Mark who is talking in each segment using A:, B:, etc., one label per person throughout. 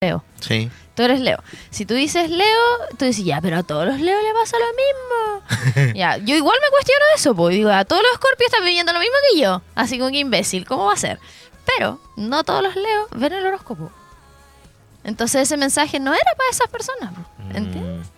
A: Leo.
B: Sí.
A: Tú eres Leo. Si tú dices Leo, tú dices, ya, pero a todos los Leo le pasa lo mismo. ya, yo igual me cuestiono eso, pues digo, a todos los Scorpios están viviendo lo mismo que yo. Así que un imbécil, ¿cómo va a ser? Pero no todos los Leos ven el horóscopo. Entonces ese mensaje no era para esas personas, pues, ¿entiendes?
B: Mm.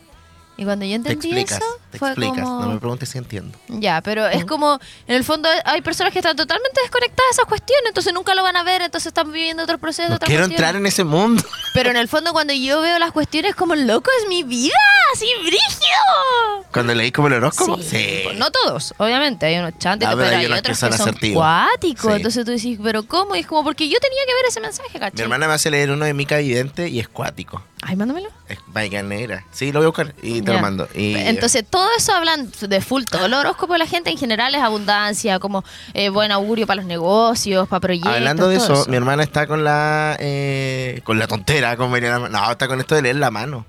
A: Y cuando yo
B: Te
A: entendí
B: explicas,
A: eso,
B: te
A: fue
B: explicas.
A: como...
B: No me preguntes si entiendo.
A: Ya, pero es como, en el fondo hay personas que están totalmente desconectadas de esas cuestiones, entonces nunca lo van a ver, entonces están viviendo otro proceso.
B: No
A: otras
B: quiero
A: cuestiones.
B: entrar en ese mundo.
A: Pero en el fondo cuando yo veo las cuestiones como loco es mi vida, así brígido.
B: Cuando leí como el horóscopo. Sí.
A: Pues No todos, obviamente, hay unos chantes,
B: Ah,
A: pero,
B: pero hay
A: hay,
B: unos que
A: otros que
B: son
A: son,
B: asertivos.
A: cuáticos.
B: Sí.
A: Entonces tú decís, pero ¿cómo? Y es como porque yo tenía que ver ese mensaje, ¿cachai?
B: Mi hermana me hace leer uno de Mica Vidente y es cuático.
A: Ay, mándamelo.
B: Es negra. Sí, lo voy a buscar y te
A: Ya. Pues,
B: lo mando. Y-
A: Entonces, todo eso hablan de full. Todo el horóscopo de la gente en general es abundancia, como eh, buen augurio para los negocios, para proyectos.
B: Hablando de
A: todo
B: eso, mi hermana está con la eh, con la tontera, con venir a la- No, está con esto de leer la mano.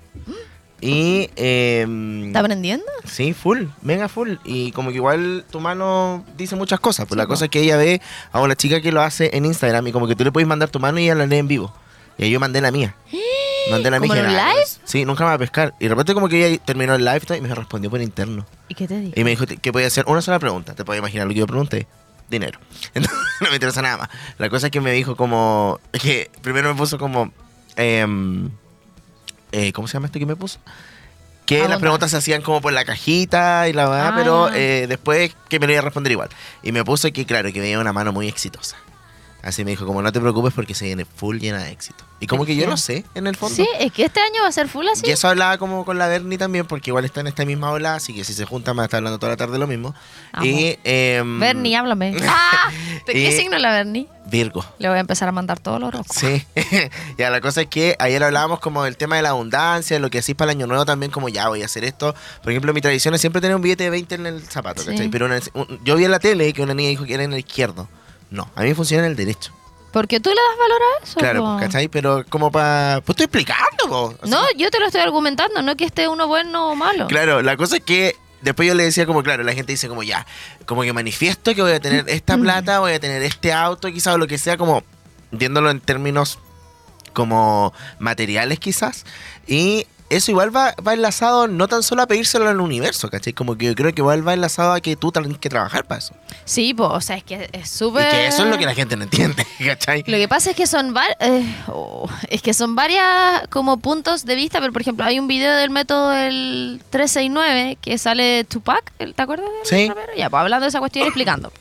B: Y eh,
A: ¿Mm? ¿Está aprendiendo?
B: sí, full, mega full. Y como que igual tu mano dice muchas cosas. Pues
A: Sí,
B: la
A: po.
B: cosa es que ella ve a una chica que lo hace en Instagram y como que tú le puedes mandar tu mano y ella la lee en vivo. Y ahí yo mandé la mía. Mandé la mía.
A: ¿Como
B: y
A: en
B: dije,
A: un
B: "Ah,
A: live?"
B: Sí, nunca me va a pescar. Y de repente como que ella terminó el live y me respondió por interno.
A: ¿Y qué te digo?
B: Y me dijo que podía hacer una sola pregunta. Te puedes imaginar lo que yo pregunté. Dinero. Entonces, no me interesa nada más. La cosa es que me dijo como... es que primero me puso como... em, eh, ¿Cómo se llama esto que me puso? Que
A: Abundar.
B: las preguntas se hacían como por la cajita y la verdad,
A: Ah,
B: pero
A: ya.
B: eh, después que me lo iba a responder igual. Y me puso que, claro, que me dio una mano muy exitosa. Así me dijo, como no te preocupes porque se viene full llena de éxito. Y como que yo lo sé, en el fondo.
A: Sí, es que este año va a ser full así.
B: Y eso hablaba como con la Bernie también, porque igual está en esta misma ola, así que si se juntan van a estar hablando toda la tarde lo mismo.
A: Amo.
B: Y, em,
A: Ah, Bernie, ¿ah? háblame. ¡Ah! ¿De qué
B: Y-
A: signo es la Bernie?
B: Virgo.
A: Le voy a empezar a mandar todos los horóscopos.
B: Sí, ya la cosa es que ayer hablábamos como del tema de la abundancia, de lo que hacís para el año nuevo también, como ya voy a hacer esto. Por ejemplo, mi tradición es siempre tener un billete de 20 en el zapato,
A: Sí.
B: ¿cachai? Pero una- un- yo vi en la tele que una niña dijo que era en el izquierdo. No, a mí me funciona en el derecho.
A: Porque tú le das valor a eso.
B: Claro,
A: po.
B: pues, ¿cachai? Pero como para... Pues estoy explicando, po. O sea,
A: No, yo te lo estoy argumentando, no que esté uno bueno o malo.
B: Claro, la cosa es que después yo le decía como, claro, la gente dice como ya, como que manifiesto que voy a tener
A: Mm.
B: esta plata, voy a tener este auto, quizás, o lo que sea, como viéndolo en términos como materiales quizás. Y eso igual va, va enlazado no tan solo a pedírselo al universo, ¿cachai? Como que yo creo que igual va enlazado a que tú tienes que trabajar para eso.
A: Sí, pues, o sea, es que es
B: Y
A: súper.
B: que eso es lo que la gente no entiende, ¿cachai?
A: Lo que pasa es que son var- eh, oh, es que son varias como puntos de vista, pero por ejemplo hay un video del método del 369 que sale Tupac, ¿el- ¿te acuerdas de él?
B: Sí.
A: rapero? Ya, pues hablando de esa cuestión y explicando. po.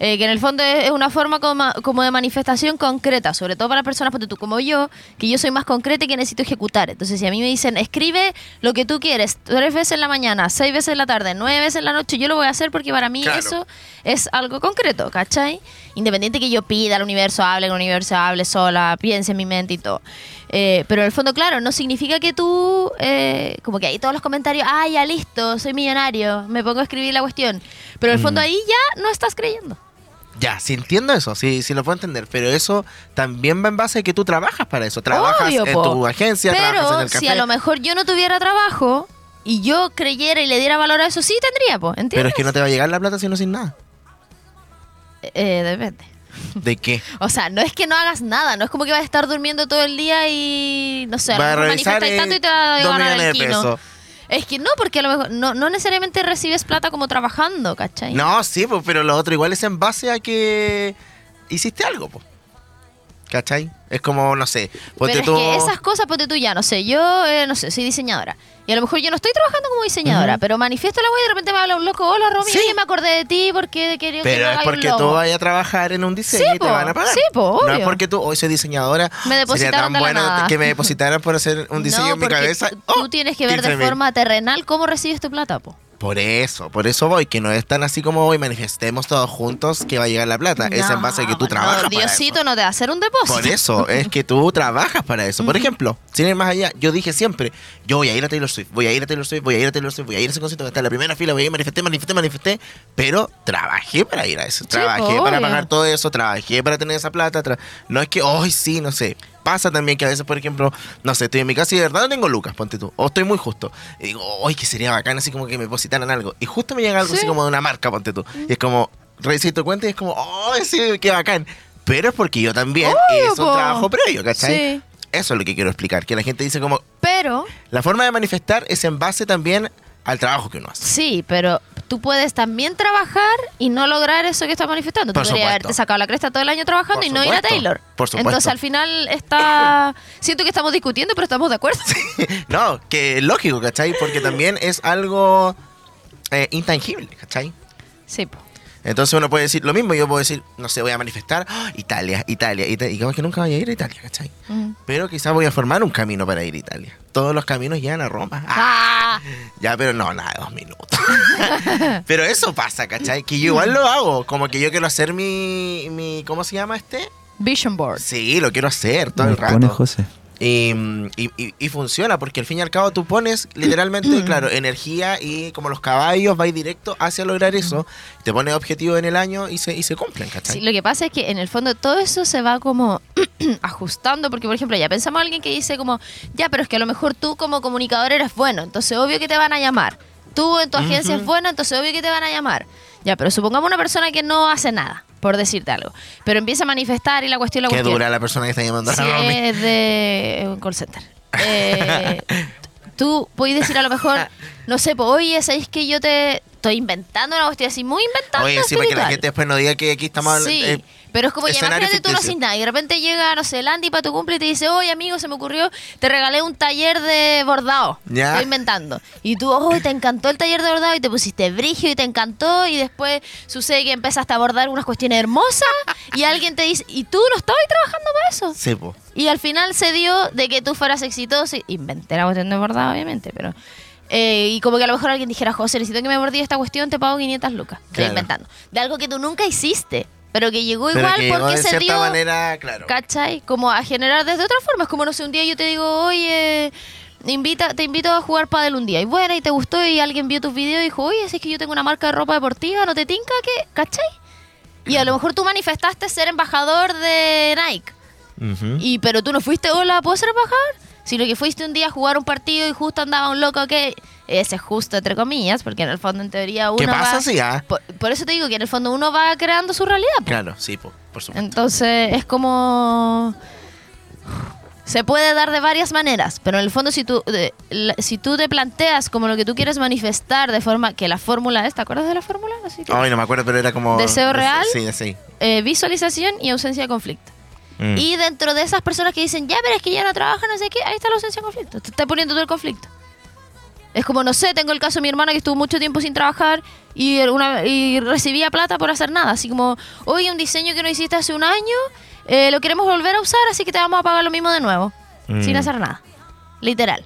A: Eh, que en el fondo es es una forma como, como de manifestación concreta, sobre todo para personas ponte tú, como yo, que yo soy más concreta y que necesito ejecutar. Entonces, si a mí me dicen, escribe lo que tú quieres, tres veces en la mañana, seis veces en la tarde, nueve veces en la noche, yo lo voy a hacer porque para mí
B: Claro.
A: eso es algo concreto, ¿cachai? Independiente que yo pida al universo, hable, que el universo hable sola, piense en mi mente y todo. Eh, pero en el fondo, claro, no significa que tú, eh, como que ahí todos los comentarios, ah, ya listo, soy millonario, me pongo a escribir la cuestión. Pero en el
B: Mm.
A: fondo ahí ya no estás creyendo.
B: Ya, sí entiendo eso, sí, sí lo puedo entender, pero eso también va en base a que tú trabajas para eso. Trabajas
A: Obvio,
B: en
A: po.
B: tu agencia, trabajas en
A: Pero
B: el café.
A: si a lo mejor yo no tuviera trabajo y yo creyera y le diera valor a eso, sí tendría, pues, ¿entiendes?
B: Pero es que no te va a llegar la plata si no sin nada.
A: Eh, depende.
B: ¿De qué?
A: O sea, no es que no hagas nada, no es como que vas a estar durmiendo todo el día y no sé, a lo
B: Va a
A: mejor
B: revisar
A: manifestáis
B: eh,
A: tanto y te va a
B: dos
A: ganar el
B: millones de
A: quino.
B: pesos.
A: Es que no, porque a lo mejor no, no necesariamente recibes plata como trabajando, ¿cachai?
B: No, sí, pues, pero lo otro igual es en base a que hiciste algo, pues. ¿Cachai? Es como, no sé, ponte
A: Pero es
B: tú-
A: que esas cosas, ponte tú ya, no sé, yo, eh, no sé, soy diseñadora. Y a lo mejor yo no estoy trabajando como diseñadora, pero manifiesto la wea y de repente me habla un loco, hola Romy,
B: Sí.
A: oye, me acordé de ti porque quería que
B: Pero
A: me
B: es
A: hagáis un
B: porque
A: logo".
B: tú vas a trabajar en un diseño
A: Sí,
B: y
A: po,
B: te van a pagar.
A: sí, po,
B: No es
A: obvio.
B: porque tú hoy soy diseñadora.
A: Me
B: Sería
A: depositaron
B: tan
A: de la
B: bueno
A: nada.
B: que me depositaran por hacer un diseño
A: No,
B: en mi
A: porque
B: cabeza.
A: Tú,
B: ¡Oh!
A: tú tienes que ver de
B: 15.000.
A: forma terrenal cómo recibes tu plata, po.
B: Por eso, por eso voy, que no es tan así como hoy manifestemos todos juntos que va a llegar la plata. es en
A: No,
B: base a que tú
A: no,
B: trabajas. para
A: Diosito
B: eso.
A: no te va a hacer un depósito.
B: Por eso, es que tú trabajas para eso. Por ejemplo, sin ir más allá, yo dije siempre, yo voy a ir a Taylor Swift, voy a ir a Taylor Swift, voy a ir a Taylor Swift, voy a ir a ese concierto, voy a estar en la primera fila, voy a ir, manifesté, manifesté, manifesté, pero trabajé para ir a eso, trabajé
A: pues,
B: para
A: obvio.
B: pagar todo eso, trabajé para tener esa plata. tra- no es que, hoy sí, no sé. Pasa también que a veces, por ejemplo, no sé, estoy en mi casa y de verdad no tengo lucas, ponte tú. O estoy muy justo. Y digo, hoy que sería bacán, así como que me depositaran algo. Y justo me llega algo
A: Sí.
B: así como de una marca, ponte tú. Y es como, revisé tu cuenta y es como, oh, sí, qué bacán. Pero es porque yo también
A: Obvio,
B: es un
A: po.
B: trabajo previo, ¿cachai?
A: Sí.
B: Eso es lo que quiero explicar. Que la gente dice como,
A: Pero,
B: la forma de manifestar es en base también al trabajo que uno hace.
A: sí, pero tú puedes también trabajar y no lograr eso que estás manifestando.
B: Por
A: tú podrías
B: supuesto.
A: haberte sacado la cresta todo el año trabajando
B: Por
A: y no ir a
B: supuesto.
A: Taylor.
B: Por supuesto.
A: Entonces al final está... Siento que estamos discutiendo, pero estamos de acuerdo.
B: No, que es lógico, ¿cachai? Porque también es algo eh, intangible, ¿cachai?
A: Sí, po.
B: Entonces uno puede decir lo mismo, yo puedo decir, no sé, voy a manifestar ¡Ah! Italia, Italia, Italia, y capaz que nunca vaya a ir a Italia, ¿cachai?
A: Mm.
B: Pero quizás voy a formar un camino para ir a Italia. Todos los caminos llegan a Roma. Ah,
A: Ah,
B: ya, pero no, nada, dos minutos. pero eso pasa, ¿cachai? Que yo igual lo hago, como que yo quiero hacer mi, mi ¿cómo se llama este?
A: Vision Board.
B: Sí, lo quiero hacer todo el
C: Me pone
B: rato.
C: José.
B: Y, mm, y- y- y funciona, porque al fin y al cabo tú pones literalmente, claro, energía y como los caballos, vais directo hacia lograr eso, te pones objetivos en el año y se, y se cumplen, ¿cachai?
A: Sí, lo que pasa es que en el fondo todo eso se va como ajustando, porque por ejemplo ya pensamos a alguien que dice como, ya, pero es que a lo mejor tú como comunicador eres bueno, entonces obvio que te van a llamar. Tú en tu agencia es bueno, entonces obvio que te van a llamar. Ya, pero supongamos una persona que no hace nada, por decirte algo, pero empieza a manifestar y la cuestión la
B: Qué
A: cuestión.
B: dura la persona que está llamando a
A: Si
B: la Romy.
A: es de es un call center. Eh, t- tú puedes decir a lo mejor, no sé, pues, oye, ¿sabéis que yo te estoy inventando una cuestión así muy inventada?
B: Oye, sí, para que la gente después no diga que aquí estamos hablando.
A: Sí,
B: eh,
A: pero es como ya
B: escenario
A: imagínate tú no
B: ficticio.
A: haces nada y de repente llega, no sé, Landy para tu cumple y te dice, oye amigo, se me ocurrió, te regalé un taller de bordado.
B: Ya.
A: Estoy inventando. Y tú, oh, te encantó el taller de bordado y te pusiste brigio y te encantó y después sucede que empezaste a bordar unas cuestiones hermosas y alguien te dice, y tú no estabas trabajando para eso.
B: sí, po.
A: Y al final se dio de que tú fueras exitoso. y- Inventé la cuestión de bordado, obviamente, pero. eh, y como que a lo mejor alguien dijera, José, necesito que me bordí esta cuestión, te pago 500 lucas. Estoy
B: Claro.
A: inventando. De algo que tú nunca hiciste, pero que llegó
B: Pero
A: igual
B: que llegó
A: porque
B: de
A: se
B: cierta
A: dio.
B: manera, claro.
A: ¿Cachai? Como a generar desde otra forma. Es como, no sé, un día yo te digo, oye, invita, te invito a jugar pádel un día. Y bueno, y te gustó y alguien vio tus videos y dijo, oye, si es que yo tengo una marca de ropa deportiva, ¿no te tinca? ¿Qué? ¿Cachai? Y a lo mejor tú manifestaste ser embajador de Nike.
B: Ujú.
A: Y pero tú no fuiste, hola, ¿puedo ser embajador? Sino que fuiste un día a jugar un partido y justo andaba un loco que... Ese justo, entre comillas, porque en el fondo, en teoría, uno
B: ¿Qué pasa
A: va...
B: si ah?
A: Por, por eso te digo que en el fondo uno va creando su realidad. po.
B: Claro, sí, po, por supuesto.
A: Entonces es como... Se puede dar de varias maneras, pero en el fondo si tú, de- la- si tú te planteas como lo que tú quieres manifestar de forma que la fórmula es, ¿te acuerdas de la fórmula? Así que-
B: Ay, no me acuerdo, pero era como.
A: ¿Deseo real?
B: Sí, sí.
A: eh, visualización y ausencia de conflicto.
B: Mm.
A: Y dentro de esas personas que dicen, ya, pero es que ya no trabajan, no sé qué, ahí está la ausencia de conflicto. Te está poniendo todo el conflicto. Es como, no sé, tengo el caso de mi hermana que estuvo mucho tiempo sin trabajar y, una, y recibía plata por hacer nada. Así como, oye, un diseño que no hiciste hace un año, eh, lo queremos volver a usar, así que te vamos a pagar lo mismo de nuevo,
B: Mm.
A: sin hacer nada. Literal.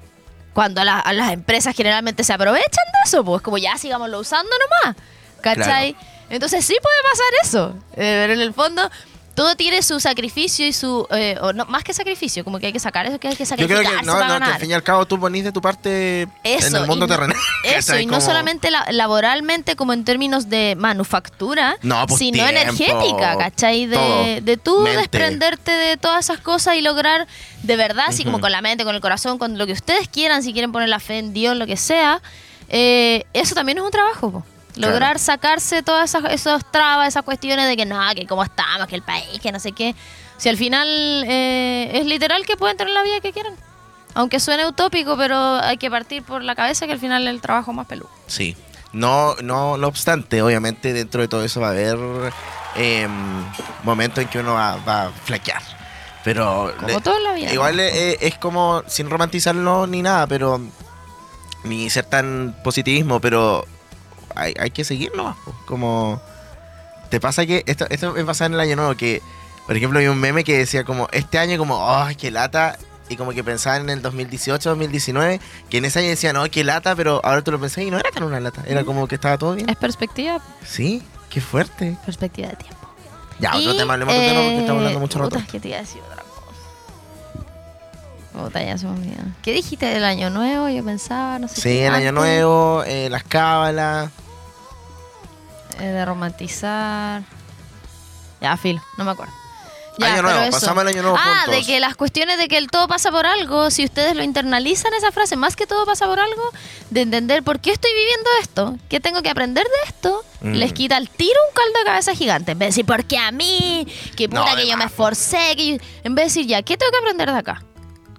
A: Cuando a, la- a las empresas generalmente se aprovechan de eso, pues como ya sigámoslo usando nomás. ¿Cachai? Entonces sí puede pasar eso. Eh, pero en el fondo, todo tiene su sacrificio y su. eh, o no, más que sacrificio, como que hay que sacar eso, que hay que
B: Yo creo
A: sacrificarse
B: que, no,
A: para
B: no, que
A: ganar.
B: al fin y al cabo tú ponís de tu parte
A: Eso,
B: en el mundo
A: y no-
B: terrenal.
A: Eso,
B: ¿cachai?
A: y no
B: Como-
A: solamente la- laboralmente, como en términos de manufactura,
B: No, pues,
A: sino
B: tiempo,
A: energética, ¿cachai?
B: todo.
A: De, de tú
B: Mente.
A: desprenderte de todas esas cosas y lograr de verdad, así como
B: Ujú.
A: con la mente, con el corazón, con lo que ustedes quieran, si quieren poner la fe en Dios, lo que sea, eh, eso también es un trabajo, po. Lograr
B: Claro.
A: sacarse todas esas esos trabas, esas cuestiones de que no, que cómo estamos, que el país, que no sé qué. Si al final eh, es literal que pueden tener la vida que quieran. Aunque suene utópico, pero hay que partir por la cabeza que al final es el trabajo más peludo.
B: Sí. No, no, no obstante, obviamente dentro de todo eso va a haber em, momentos en que uno va, va a flaquear. Pero
A: Como
B: le-
A: todo en la vida.
B: igual
A: ¿no?
B: es, es- es como, sin romantizarlo ni nada, pero ni ser tan positivismo, pero hay, hay que seguir nomás. po. Como te pasa que esto, esto me pasa en el año nuevo, que por ejemplo vi un meme que decía como este año como, ay, qué lata. Y como que pensaban en el 2018, 2019, que en ese año decían, no, qué lata, pero ahora tú lo pensás y no era tan una lata,
A: Mm.
B: era como que estaba todo bien.
A: Es perspectiva,
B: Sí, qué fuerte.
A: perspectiva de tiempo.
B: Ya, otro
A: Y,
B: tema, hablemos de otro tema porque estamos hablando
A: eh,
B: mucho rato.
A: puta, que te iba a decir otra cosa. Puta, ya se me olvidó. ¿Qué dijiste del año nuevo? Yo pensaba, no sé
B: Sí,
A: qué,
B: el año
A: antes,
B: nuevo, eh, las cábalas.
A: eh, de romantizar. Ya, filo, no me acuerdo.
B: año
A: pero
B: nuevo,
A: eso.
B: pasamos el año nuevo
A: Ah,
B: juntos.
A: de que las cuestiones de que el todo pasa por algo, si ustedes lo internalizan esa frase, más que todo pasa por algo, de entender por qué estoy viviendo esto, qué tengo que aprender de esto,
B: Mm.
A: les quita al tiro un caldo de cabeza gigante. En vez de decir, ¿por qué a mí? Que puta
B: No,
A: que
B: de
A: yo me
B: más.
A: esforcé. Que yo-". En vez de decir, ya, ¿qué tengo que aprender de acá?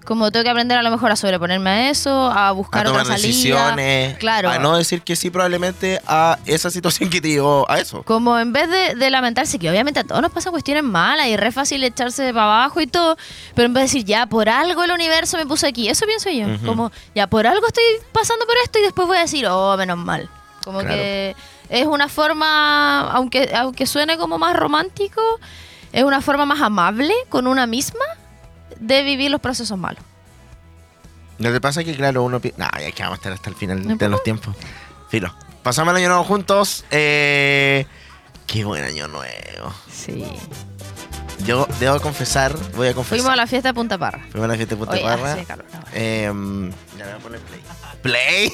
A: Como tengo que aprender a lo mejor a sobreponerme a eso, a buscar
B: a tomar
A: otra salida.
B: decisiones,
A: Claro.
B: a no decir que sí probablemente a esa situación que te llevó a eso.
A: Como en vez de, de lamentarse, que obviamente a todos nos pasan cuestiones malas y es re fácil echarse para abajo y todo, pero en vez de decir, ya, por algo el universo me puso aquí, eso pienso yo.
B: Ujú.
A: Como, ya, por algo estoy pasando por esto y después voy a decir, oh, menos mal. Como
B: Claro.
A: que es una forma, aunque, aunque suene como más romántico, es una forma más amable con una misma de vivir los procesos malos.
B: Lo que pasa es que, claro, uno piensa. Nah, ya que vamos a estar hasta el final de los tiempos. Filo. Pasamos el año nuevo juntos. Eh, qué buen año nuevo.
A: Sí.
B: Yo debo confesar, voy a confesar.
A: Fuimos a la fiesta de Punta Parra.
B: Fuimos a la fiesta de Punta
A: Oye, ah,
B: Parra.
A: hace calor ahora.
B: Eh, mm, ya le voy a poner play. ¿Play?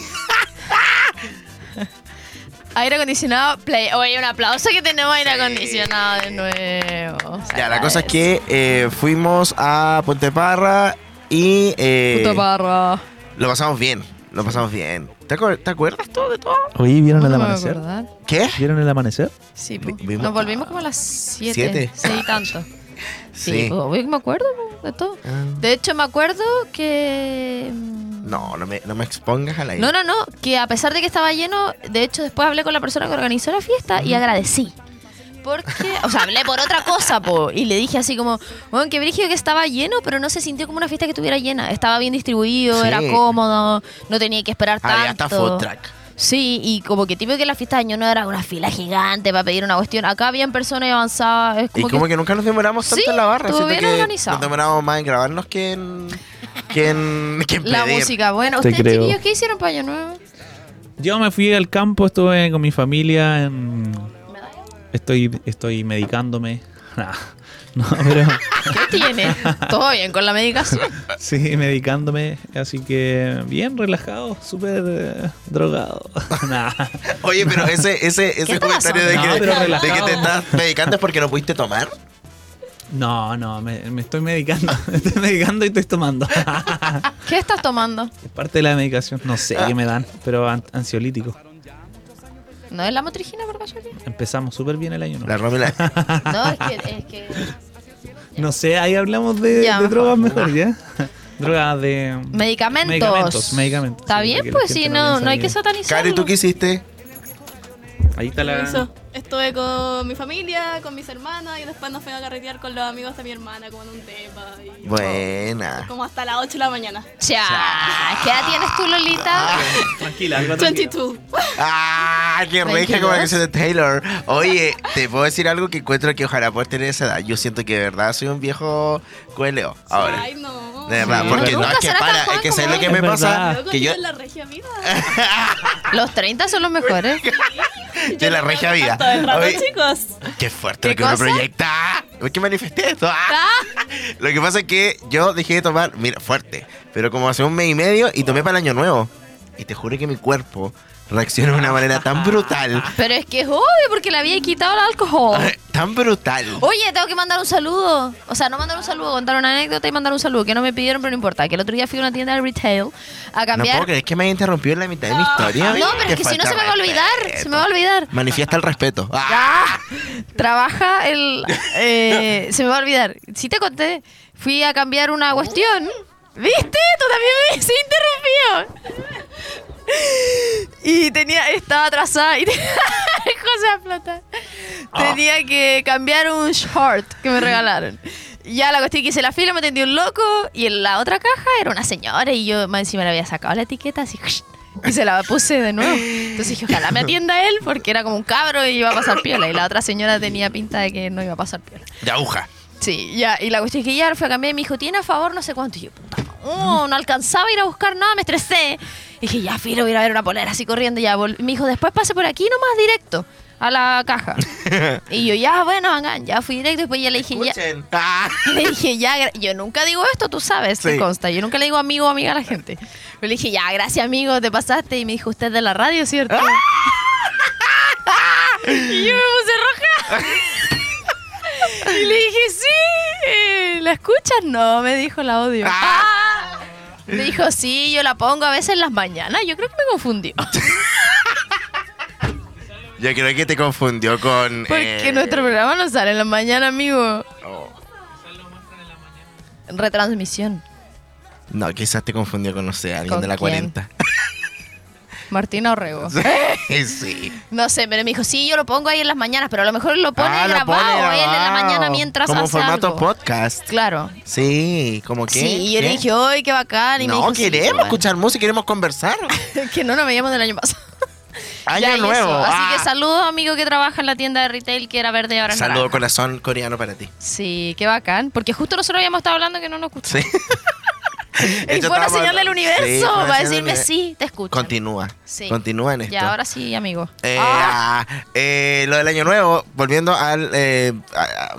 A: Aire acondicionado, play. Oye, un aplauso que tenemos aire
B: Sí.
A: acondicionado de nuevo. Se
B: ya, la cosa
A: agradece.
B: es que eh, fuimos a Punta Parra y. eh,
A: Puta barra.
B: Lo pasamos bien. Lo pasamos bien. ¿Te, acuer- te acuerdas todo de todo?
C: Oye, ¿vieron
A: No
C: el
A: me voy a
C: amanecer?
A: acordar.
B: ¿Qué?
C: ¿Vieron el amanecer?
A: Sí,
B: Vi-
A: po.
B: vimos-
A: nos volvimos como a las 7.
B: ¿Siete?
A: 7. Sí, tanto. Sí, po. Oye, que me acuerdo po, de todo.
B: Ah.
A: De hecho, me acuerdo que. mm,
B: No, no me, no me expongas al aire.
A: No, no, no, que a pesar de que estaba lleno, de hecho después hablé con la persona que organizó la fiesta y agradecí. Porque, o sea, hablé por otra cosa, po, y le dije así como, bueno, que brígido que estaba lleno, pero no se sintió como una fiesta que estuviera llena. Estaba bien distribuido,
B: Sí.
A: era cómodo, no tenía que esperar
B: Había
A: tanto.
B: hasta Ah, food track.
A: Sí, y como que típico que la fiesta de año no era una fila gigante para pedir una cuestión. Acá habían personas avanzadas. Es
B: Y
A: como
B: como que, nunca nos demoramos tanto
A: Sí,
B: en la barra.
A: estuvo
B: siento
A: bien
B: que
A: organizado.
B: Nos demoramos más en grabarnos que en. que en. que en
A: la
B: pedir.
A: música. Bueno,
C: Te
A: ¿ustedes
C: creo.
A: chiquillos qué hicieron para año nuevo?
C: Yo me fui al campo, estuve con mi familia. en- Estoy, estoy medicándome. Nah, No, pero
A: ¿Qué tiene? Todo bien con la medicación.
C: sí, medicándome. Así que bien relajado, súper eh, drogado. Nah.
B: Oye, pero ese, ese,
A: ¿Qué
B: ese
A: te
B: comentario de
A: pasó?
C: No,
B: que,
C: pero
B: de que
C: relajado.
B: te estás medicando es porque no pudiste tomar.
C: No, no, me, me estoy medicando. Me estoy medicando y estoy tomando.
A: ¿Qué estás tomando?
C: Es parte de la medicación. No sé qué me dan, pero an- ansiolítico.
A: ¿No es la motrigina por casualidad?
C: Empezamos súper bien el año. ¿no?
B: La Romila.
A: No, es que, es que
C: No sé, ahí hablamos de,
A: Ya,
C: de
A: mejor.
C: drogas mejor, ¿ya? drogas de...
A: medicamentos.
C: Medicamentos, medicamentos.
A: Está
C: Sí,
A: bien,
C: porque la
A: pues
C: gente
A: sí,
C: no
A: no,
C: piensa
A: no hay
C: que-
A: que satanizar.
B: Cari, ¿tú qué hiciste?
C: Ahí está
D: Lo
C: la...
D: hizo. Estuve con mi familia, con mis hermanas y después nos fuimos a carretear con los amigos de mi hermana, como en un tema. Y
B: Buena.
D: Como hasta las 8 de la mañana.
A: Cha, ¿qué edad tienes tú, Lolita?
C: Tranquila, algo tranquilo.
D: 22.
B: ¡Ah! ¡Qué rica como la canción de Taylor! Oye, te puedo decir algo que encuentro que ojalá puedas tener esa edad. Yo siento que de verdad soy un viejo cueleo. Ahora.
D: Ay, no.
B: De verdad,
C: Sí,
B: porque
C: pero
B: no es
A: nunca
B: que
A: serás tan
B: para,
A: joven
B: es que
A: como
B: sé lo que
C: él.
B: me
C: Es
B: pasa.
C: verdad.
D: Loco,
B: Que yo
D: yo en la regia vida.
A: Los 30 son los mejores.
B: de la regia vida.
D: Todo el rato,
B: Oye,
D: chicos.
B: Qué fuerte lo
A: ¿Qué
B: que uno
A: cosa?
B: proyecta. ¿Por qué manifesté esto? Ah. Lo que pasa es que yo dejé de tomar, mira, fuerte, pero como hace un mes y medio y tomé para el año nuevo. Y te juro que mi cuerpo reacciona de una manera tan brutal,
A: Pero es que es obvio porque le había quitado el alcohol.
B: tan brutal.
A: Oye, tengo que mandar un saludo. O sea, no mandar un saludo, contar una anécdota y mandar un saludo, que no me pidieron, pero no importa. Que el otro día fui a una tienda de retail a
B: No
A: cambiar.
B: puedo creer que me haya interrumpido en la mitad de mi historia.
A: No, pero es que si no se me va a olvidar. Se me va a olvidar.
B: Manifiesta el respeto. Ah.
A: Trabaja el. eh, se me va a olvidar. Si te conté, fui a cambiar una cuestión. ¿Viste? Tú también me se interrumpió. Y tenía, estaba atrasada y tenía, José Plata. Tenía que cambiar un short que me regalaron. Ya la cuestión que hice la fila, me atendió un loco y en la otra caja era una señora y yo más encima le había sacado la etiqueta así y se la puse de nuevo. Entonces dije, ojalá me atienda él porque era como un cabro y iba a pasar piola y la otra señora tenía pinta de que no iba a pasar piola.
B: De aguja.
A: Sí, ya, y la cuestión es que ya fue a cambiar y me dijo, ¿tiene a favor no sé cuánto? Y yo, puta, no, no alcanzaba a ir a buscar nada, me estresé. Y dije, ya, filo, voy a ir a ver una polera así corriendo. Ya, vol- me dijo, después pase por aquí nomás directo a la caja. y yo, ya, bueno, hagan, ya fui directo. Después ya le dije, ya.
B: Escuchen. Ah.
A: Y Le dije, ya, gra- yo nunca digo esto, tú sabes, te
B: Sí.
A: consta. Yo nunca le digo amigo o amiga a la gente. Pero le dije, ya, gracias, amigo, te pasaste. Y me dijo, usted es de la radio, ¿cierto?
B: ¡Ah!
A: y yo me puse roja. y le dije, sí, eh, ¿la escuchas? No, me dijo, la odio.
B: Ah.
A: Me dijo, sí, yo la pongo a veces en las mañanas. Yo creo que me confundió.
B: Yo creo que te confundió con.
A: Porque
B: eh,
A: nuestro programa no sale en las mañanas, amigo.
B: oh.
A: Retransmisión.
B: No, quizás te confundió con, no sé, alguien
A: ¿Con
B: de la
A: quién?
B: 40.
A: Martina Orrego.
B: sí.
A: No sé, pero me dijo, sí, yo lo pongo ahí en las mañanas, pero a lo mejor lo pone
B: Ah, lo
A: grabado
B: pone
A: él en la
B: grabado.
A: mañana mientras
B: Como
A: hace
B: formato
A: algo.
B: podcast.
A: Claro.
B: Sí, como que.
A: Sí, y yo le
B: ¿qué?
A: dije, ¡ay, qué bacán! Y me
B: no,
A: dijo, "Sí,
B: queremos
A: bueno".
B: escuchar música, queremos conversar.
A: que no nos veíamos del año pasado.
B: Año
A: Ya, y eso.
B: nuevo. ah.
A: Así que saludos, amigo que trabaja en la tienda de retail que era verde y ahora es
B: Saludo
A: naranja.
B: corazón coreano para ti.
A: Sí, qué bacán. Porque justo nosotros habíamos estado hablando que no nos escuchó.
B: Sí.
A: Y
B: Yo
A: fue una
B: estaba-
A: señal del
B: Sí,
A: universo
B: fue una
A: va a
B: señal del
A: decirme,
B: univer-
A: sí, te escucho.
B: Continúa.
A: Sí.
B: Continúa en esto.
A: Ya, ahora sí, amigo.
B: Eh,
A: Ah,
B: ah, eh, lo del año nuevo, volviendo al... eh, a- a-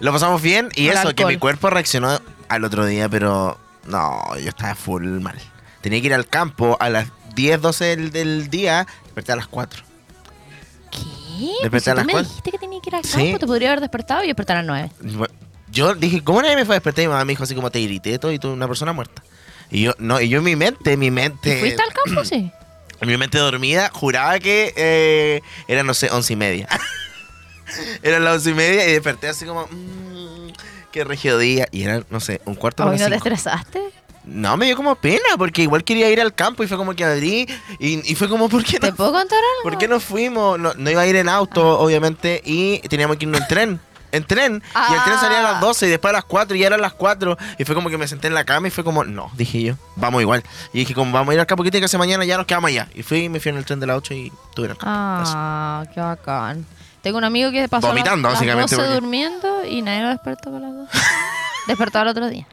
B: lo pasamos bien y
A: Al
B: eso, que
A: alcohol.
B: mi cuerpo reaccionó al otro día, pero no, yo estaba full mal. Tenía que ir al campo a las 10, 12 del, del día, desperté a las 4.
A: ¿Qué?
B: desperté
A: Pues si
B: a las
A: tú me
B: cuatro.
A: dijiste que tenía que ir al
B: Sí.
A: campo, te podría haber despertado y despertar a las nueve.
B: Yo dije, ¿cómo nadie me fue a despertar? Y mi mamá me dijo así como, te grité todo y tú una persona muerta. Y yo, no, y yo en mi mente, mi mente...
A: ¿Y ¿Fuiste al campo? Sí.
B: En mi mente dormida, juraba que eh, era, no sé, once y media. eran las once y media y desperté así como, mmm, qué regio día. Y era, no sé, un cuarto para
A: Hoy
B: las
A: no te
B: cinco.
A: estresaste.
B: No, me dio como pena porque igual quería ir al campo y fue como que abrí y, y fue como, ¿por qué
A: ¿Te
B: no?
A: puedo contar algo?
B: ¿Por qué no fuimos? No, no iba a ir en
A: Ah.
B: auto, obviamente, y teníamos que irnos en tren. En tren, y el tren salía a
A: Ah.
B: las 12 y después a las 4 y ya eran las 4 y fue como que me senté en la cama y fue como, no, dije yo, vamos igual. Y dije, como vamos a ir al campo, ¿qué tiene que hacer mañana? Ya nos quedamos allá. Y fui y me fui en el tren de las 8 y estuve en el campo. Eso.
A: Ah, qué bacán. Tengo un amigo que pasó
B: Vomitando,
A: las, las
B: básicamente,
A: 12
B: porque-
A: durmiendo y nadie lo despertó con las 12. despertó al otro día.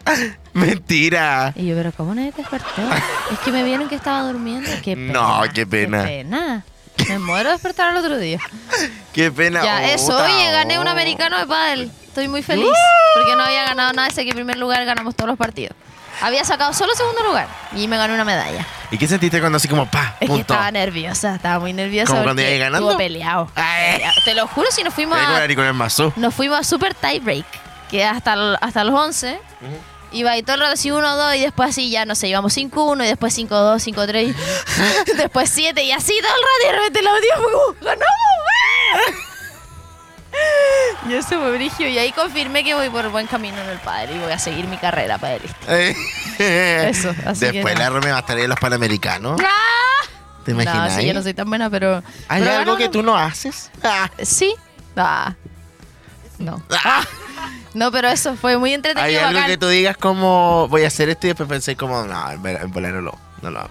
B: Mentira.
A: Y yo, pero ¿cómo nadie te despertó? es que me vieron que estaba durmiendo. Qué pena.
B: No, qué pena.
A: Qué pena. Me muero de despertar al otro día.
B: Qué pena.
A: ya,
B: Oh,
A: eso.
B: ta-
A: Oye, gané un
B: oh.
A: americano de pádel. Estoy muy feliz. Porque no había ganado nada desde que en primer lugar ganamos todos los partidos. Había sacado solo segundo lugar y me gané una medalla.
B: ¿Y qué sentiste cuando así como, pa,
A: Es que
B: punto?
A: estaba nerviosa, estaba muy nerviosa.
B: ¿Como cuando
A: porque
B: ibas ganando?
A: Estuvo peleado.
B: Ay.
A: Te lo juro, si nos
B: Te
A: fuimos
B: digo,
A: a,
B: Arico, en Mazú.
A: nos fuimos a super tie break, que hasta, el- hasta los 11. Iba y todo el rato así 1-2 y después así ya, no sé, íbamos 5-1 y después 5-2, 5-3, y después 7 y así todo el rato y de repente la última fue como, ¡ganamos! ¡ah!". Y eso fue brigio y ahí confirmé que voy por buen camino en el padre y voy a seguir mi carrera padelista.
B: Eso,
A: así que
B: Después
A: no.
B: la Rome va a estar en los Panamericanos. ¿Te
A: No,
B: imaginas?
A: sí, yo no soy tan buena, pero...
B: ¿Hay
A: pero
B: algo
A: ganó,
B: que
A: ¿no?
B: tú no haces? Ah.
A: Sí. Ah. No. No, pero eso fue muy
B: Hay
A: entretenido.
B: algo
A: bacán.
B: que tú digas como voy a hacer esto y después pensé como no, en ver- en volar no lo, no lo hago.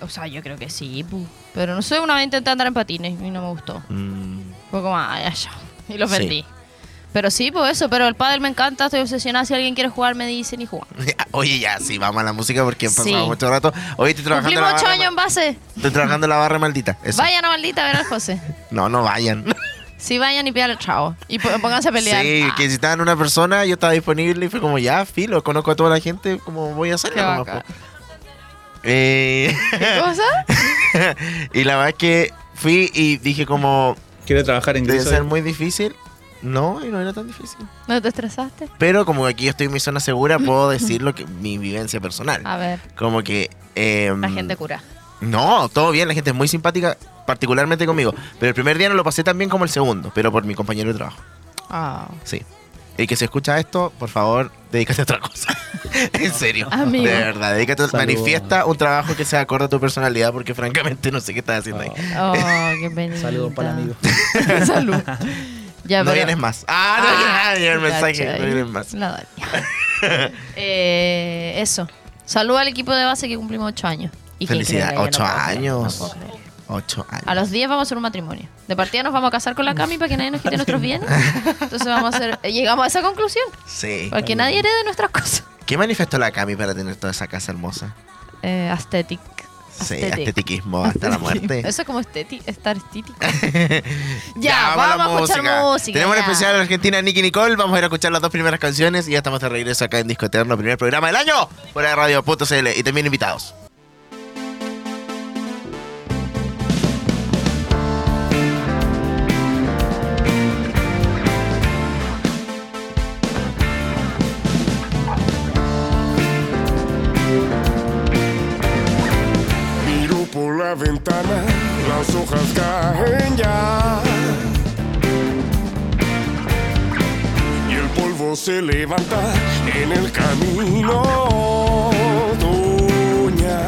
A: O sea, yo creo que sí, pu. pero no sé, una vez intenté andar en patines y no me gustó.
B: Mm,
A: Fue como, ay, ay, ya. Y lo
B: Sí.
A: vendí. Pero sí, pues eso, pero el pádel me encanta, estoy obsesionada. Si alguien quiere jugar, me dicen y jugamos.
B: Oye, ya, sí, vamos a la música porque
A: Sí.
B: pasamos mucho rato. Hoy estoy trabajando en la
A: Cumplimos ocho
B: barra.
A: años en
B: ma-
A: base.
B: Estoy trabajando en la barra maldita. Eso.
A: Vayan a maldita a ver al José.
B: No, no vayan.
A: Sí, vayan y pidan el chavo. Y po- pónganse a pelear.
B: Sí,
A: Ah,
B: que si estaban una persona, yo estaba disponible y fue como ya, filo, conozco a toda la gente, como voy a hacerlo.
A: Qué
B: nomás,
A: bacán.
B: po. Eh,
A: ¿Qué cosa?
B: y la verdad es que fui y dije como
C: Quiere trabajar en
B: debe
C: inglés.
B: ser
C: hoy.
B: muy difícil. No, y no era tan difícil.
A: ¿No te estresaste?
B: Pero como aquí yo estoy en mi zona segura, puedo decir lo que mi vivencia personal.
A: A ver,
B: Como que... eh,
A: Ah. la gente cura.
B: No, todo bien, la gente es muy simpática, particularmente conmigo. Pero el primer día no lo pasé tan bien como el segundo, pero por mi compañero de trabajo,
A: Ah.
B: sí. El que se escucha esto, por favor, dedícate a otra cosa. en serio.
A: Amigo.
B: De verdad, dedícate a
C: Saludos.
B: Manifiesta un trabajo que sea acorde a tu personalidad, porque francamente no sé qué estás haciendo ahí.
A: Oh, qué penita.
C: Saludos para el amigo.
A: Salud. Ya,
B: no
A: pero-
B: vienes más. Ah, no
A: Ah,
B: vienes el mensaje.
A: ¿cachai?
B: No vienes más.
A: La doña. Eh, eso. Salud al equipo de base que cumplimos ocho años. Y que
B: Felicidad,
A: creo que yo
B: ocho
A: no puedo creer,
B: años.
A: no puedo creer.
B: Ocho años.
A: a los 10 vamos a hacer un matrimonio. De partida nos vamos a casar con la Cami para que nadie nos quite nuestros bienes. Entonces vamos a hacer. eh, Llegamos a esa conclusión.
B: Sí.
A: Para que nadie herede nuestras cosas.
B: ¿Qué manifestó la Cami para tener toda esa casa hermosa?
A: Eh, aesthetic.
B: Sí,
A: Aesthetic.
B: estetiquismo hasta la muerte.
A: Eso es como esteti- estar estético. ya,
B: Ya,
A: vamos,
B: la
A: a escuchar música.
B: Tenemos
A: ya.
B: un especial en Argentina, Nicky Nicole. Vamos a ir a escuchar las dos primeras canciones y ya estamos de regreso acá en Disco Eterno, primer programa del año por la radio.cl y también invitados.
E: Miro por la ventana, las hojas caen ya. Y el polvo no se levanta en el camino. Doña,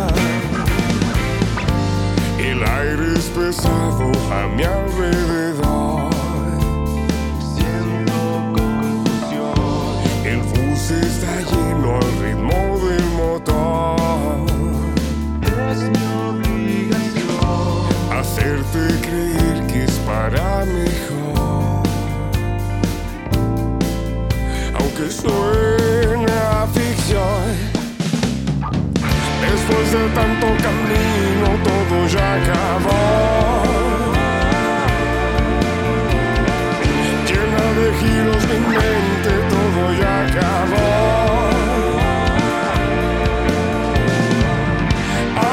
E: el aire es pesado a mi alrededor. Siento confusión. El bus está lleno al ritmo del motor. Hacerte creer que es para mejor. Aunque suena a ficción. Después de tanto camino todo ya acabó. Llena de giros mi mente todo ya acabó.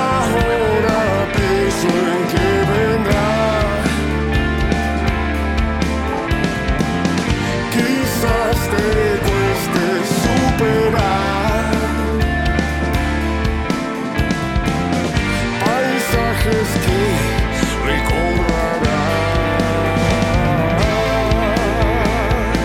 E: Ahora pienso en que vendrá. Quizás te cueste superar. Paisajes que recorrerás.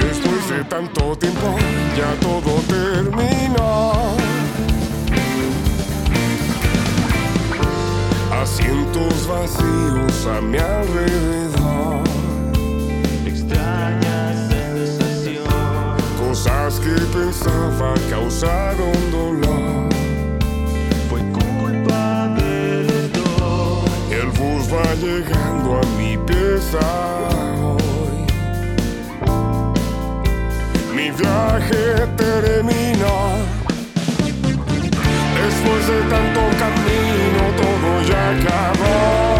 E: Después de tanto tiempo ya todo terminó. Asientos vacíos a mi alrededor. Extraña sensación. Cosas que pensaba causaron dolor. Fue culpa de los dos. El bus va llegando a mi pieza hoy. Mi viaje terminó. Después de tanto camino todo ya acabó.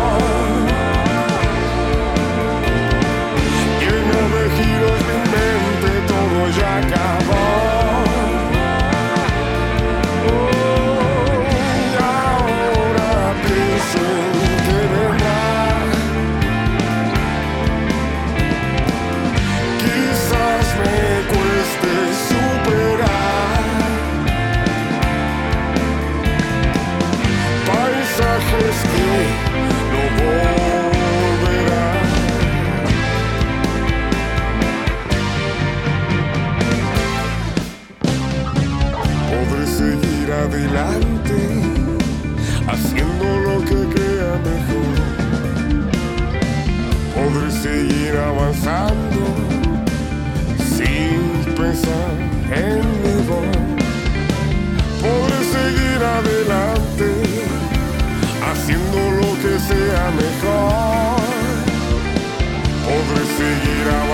E: Lleno de giros mi mente todo ya acabó. Oh, y ahora pienso en que vendrá. Quizás me cueste superar paisajes que no volverán. Podré seguir adelante haciendo lo que crea mejor. Podré seguir avanzando sin pensar en mi voz. Podré seguir adelante, haciendo lo que sea mejor. Podré seguir avanzando.